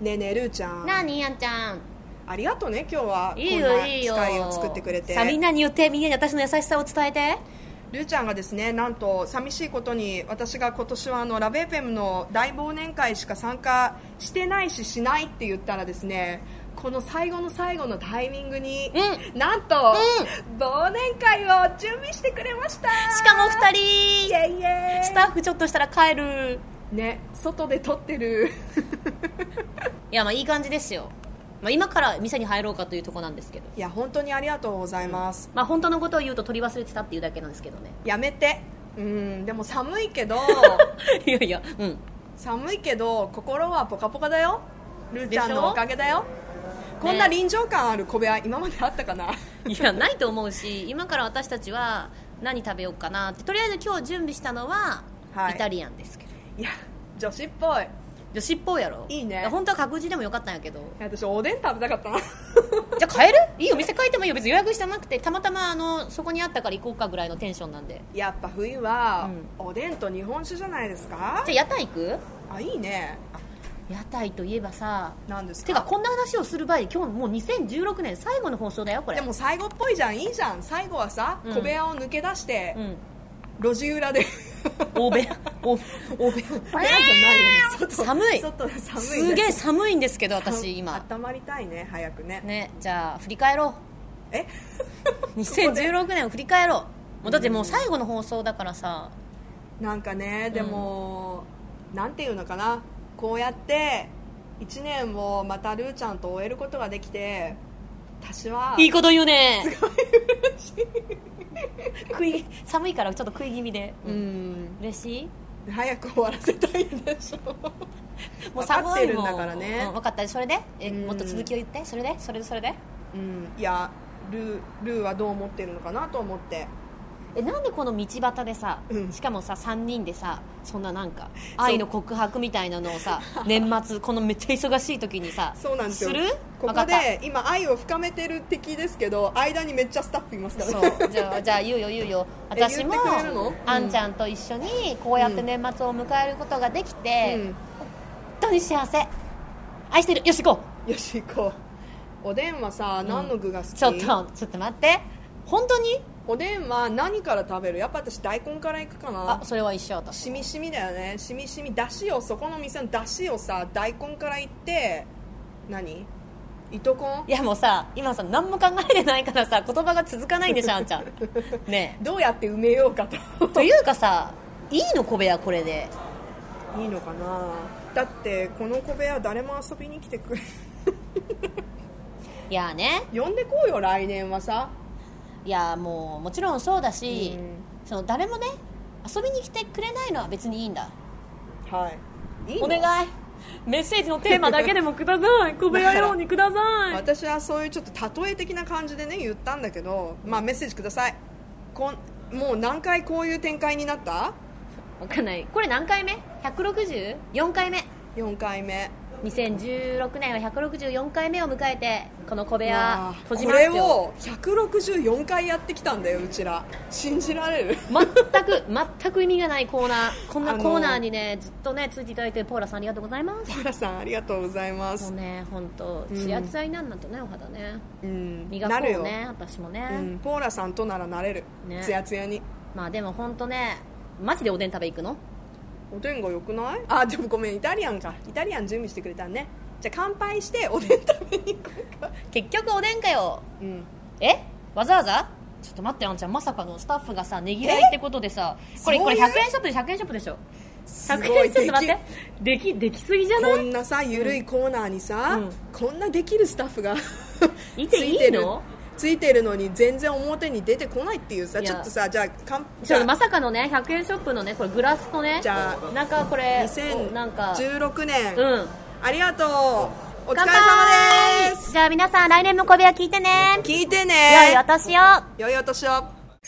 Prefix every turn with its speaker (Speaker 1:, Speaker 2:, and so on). Speaker 1: ねえねえるーちゃん
Speaker 2: なあにやんちゃん
Speaker 1: ありがとうね今日はい
Speaker 2: い
Speaker 1: こん
Speaker 2: よ
Speaker 1: ない
Speaker 2: い
Speaker 1: 機
Speaker 2: よ
Speaker 1: 会を作ってくれて
Speaker 2: さあみんなに言ってみんなに私の優しさを伝えて
Speaker 1: ルーちゃんがですねなんと寂しいことに私が今年はあのラベーペムの大忘年会しか参加してないししないって言ったらですねこの最後の最後のタイミングに、なんと、忘年会を準備してくれました
Speaker 2: しかも二
Speaker 1: イ
Speaker 2: 人
Speaker 1: エイイエイ
Speaker 2: スタッフちょっとしたら帰る
Speaker 1: ね外で撮ってる
Speaker 2: いやまあいい感じですよ、まあ、今から店に入ろうかというとこなんですけど
Speaker 1: いや本当にありがとうございます、
Speaker 2: まあ本当のことを言うと取り忘れてたっていうだけなんですけど ね
Speaker 1: やめてうんでも寒いけど
Speaker 2: いやいやうん
Speaker 1: 寒いけど心はポカポカだよルーちゃん
Speaker 2: でし
Speaker 1: の
Speaker 2: ょ
Speaker 1: おかげだよこんな臨場感ある小部屋今まであったかな
Speaker 2: いやないと思うし今から私たちは何食べようかなってとりあえず今日準備したのは、
Speaker 1: はい
Speaker 2: イタリアンですけど
Speaker 1: いや女子っぽい
Speaker 2: 女子っぽいやろ
Speaker 1: いいね
Speaker 2: や本当は角打でもよかったんやけど
Speaker 1: 私おでん食べたかっ たな
Speaker 2: じゃあ変えるいいよ店変えてもいいよ別に予約してなくてたまたまあのそこにあったから行こうかぐらいのテンションなんで
Speaker 1: やっぱ冬は、おでんと日本酒じゃないですか
Speaker 2: じゃあ屋台行く
Speaker 1: あいいね
Speaker 2: 屋台といえばさ
Speaker 1: なんです
Speaker 2: てかこんな話をする場合今日もう2016年最後の放送だよこれ
Speaker 1: でも最後っぽいじゃんいいじゃん最後はさ
Speaker 2: うん
Speaker 1: 小部屋を抜け出して
Speaker 2: う、ん
Speaker 1: 路地裏 で
Speaker 2: 欧米欧欧米
Speaker 1: 部屋じゃないよね外
Speaker 2: 寒い
Speaker 1: 外で寒いね
Speaker 2: すげえ寒いんですけど私今
Speaker 1: 温まりたいね早くね
Speaker 2: ねじゃあ振り返ろ
Speaker 1: え
Speaker 2: う2016年を振り返ろうもうだってもう最後の放送だからさ
Speaker 1: なんかねでも、なんていうのかなこうやって1年をまたルーちゃんと終えることができて私はい
Speaker 2: いこと言うね食い寒いからちょっと食い気味で、う、
Speaker 1: うんん
Speaker 2: 嬉しい
Speaker 1: 早く終わらせたいんでしょ
Speaker 2: もう
Speaker 1: わかっ
Speaker 2: 寒
Speaker 1: て
Speaker 2: い
Speaker 1: る
Speaker 2: も
Speaker 1: ん
Speaker 2: ん
Speaker 1: だからね
Speaker 2: うん、分かったそれでえ
Speaker 1: うん
Speaker 2: もっと続きを言ってそれでそれでそれで
Speaker 1: うんいやルールーはどう思ってるのかなと思って
Speaker 2: えなんでこの道端でさ、
Speaker 1: うん
Speaker 2: しかもさ3人でさそんななんか愛の告白みたいなの をさ年末このめっちゃ忙しい時にさ
Speaker 1: そうなんですよ
Speaker 2: る
Speaker 1: こ
Speaker 2: わ
Speaker 1: こ
Speaker 2: かった
Speaker 1: で今愛を深めてる敵ですけど間にめっちゃスタッフいますからね
Speaker 2: そうじゃあじゃあ言うよ言うよ
Speaker 1: え
Speaker 2: 私も
Speaker 1: 言ってくれるの
Speaker 2: あんちゃんと一緒にこうやって年末を迎えることができて、
Speaker 1: うん
Speaker 2: 本当に幸せ愛してるよし行こ
Speaker 1: よし行こうおでんはさ何の具が好き、
Speaker 2: うちょっとちょっと待って本当に
Speaker 1: おでんは何から食べるやっぱ私大根からいくかな
Speaker 2: あそれは一緒私
Speaker 1: しみしみだよねしみしみだしをそこの店のだしをさ大根からいって何糸こん
Speaker 2: いやもうさ今さ何も考えてないからさ言葉が続かないんでしょあんちゃんね
Speaker 1: どうやって埋めようかと
Speaker 2: えというかさいいの小部屋これで
Speaker 1: いいのかなだってこの小部屋誰も遊びに来てくれ
Speaker 2: いやね
Speaker 1: 呼んでこうよ来年はさ
Speaker 2: いやもうもちろんそうだし、
Speaker 1: うん
Speaker 2: その誰もね遊びに来てくれないのは別にいいんだ
Speaker 1: はいいいの
Speaker 2: お願いメッセージのテーマだけでもください 小部屋用にください
Speaker 1: 私はそういうちょっと例え的な感じでね言ったんだけどまあメッセージくださいこんもう何回こういう展開になった
Speaker 2: わかんないこれ何回目 ?164 回目
Speaker 1: 4回目
Speaker 2: 2016年は164回目を迎えてこの小部
Speaker 1: い
Speaker 2: 屋閉じ
Speaker 1: こ
Speaker 2: ます
Speaker 1: れ
Speaker 2: よ
Speaker 1: を164回やってきたんだようちら信じられる
Speaker 2: 全く 全く意味がないコーナーこん
Speaker 1: あ
Speaker 2: な
Speaker 1: のー
Speaker 2: コーナーにねずっとねついていただいてるポーラさんありがとうございます
Speaker 1: 皆さんありがとうございま
Speaker 2: もう
Speaker 1: す、
Speaker 2: ね本当
Speaker 1: うん
Speaker 2: ツヤツヤになんなんとねお肌ね
Speaker 1: うん、
Speaker 2: 磨
Speaker 1: なる
Speaker 2: こう
Speaker 1: よ、
Speaker 2: ね私もね、
Speaker 1: うん、ポーラさんとならなれる、
Speaker 2: ね
Speaker 1: ツヤツヤに
Speaker 2: まあでも本当ねマジでおでん食べ行くの
Speaker 1: おでんがよくないあでもごめんイタリアンかイタリアン準備してくれたねじゃあ乾杯しておでん食べに行こうか
Speaker 2: 結局おでんかよ
Speaker 1: うん
Speaker 2: えわざわざちょっと待ってあんちゃんまさかのスタッフがさねぎらいってことでさこれ
Speaker 1: そう
Speaker 2: こ
Speaker 1: いう
Speaker 2: れ100円ショップで100円ショップでしょ
Speaker 1: す
Speaker 2: 100
Speaker 1: ごい
Speaker 2: 円ショッ
Speaker 1: でき
Speaker 2: プ待ってできできすぎじゃな
Speaker 1: こ
Speaker 2: い
Speaker 1: んなさゆるいコーナーにさ、
Speaker 2: うん
Speaker 1: こんなできるスタッフが
Speaker 2: いていいの
Speaker 1: ついてるのに全然表に出てこないっていうさ
Speaker 2: い
Speaker 1: ち
Speaker 2: や
Speaker 1: ょっとさじゃあ乾
Speaker 2: ちょまさかのね100円ショップのねこれグラスとね
Speaker 1: じゃあ
Speaker 2: なんかこれなんか
Speaker 1: 2016年、
Speaker 2: うん
Speaker 1: ありがとうお疲れ様
Speaker 2: 乾杯
Speaker 1: です
Speaker 2: じゃあ皆さん来年も小部屋聞いてね
Speaker 1: 聞いて
Speaker 2: 良い
Speaker 1: ね
Speaker 2: 私を
Speaker 1: 良いお年を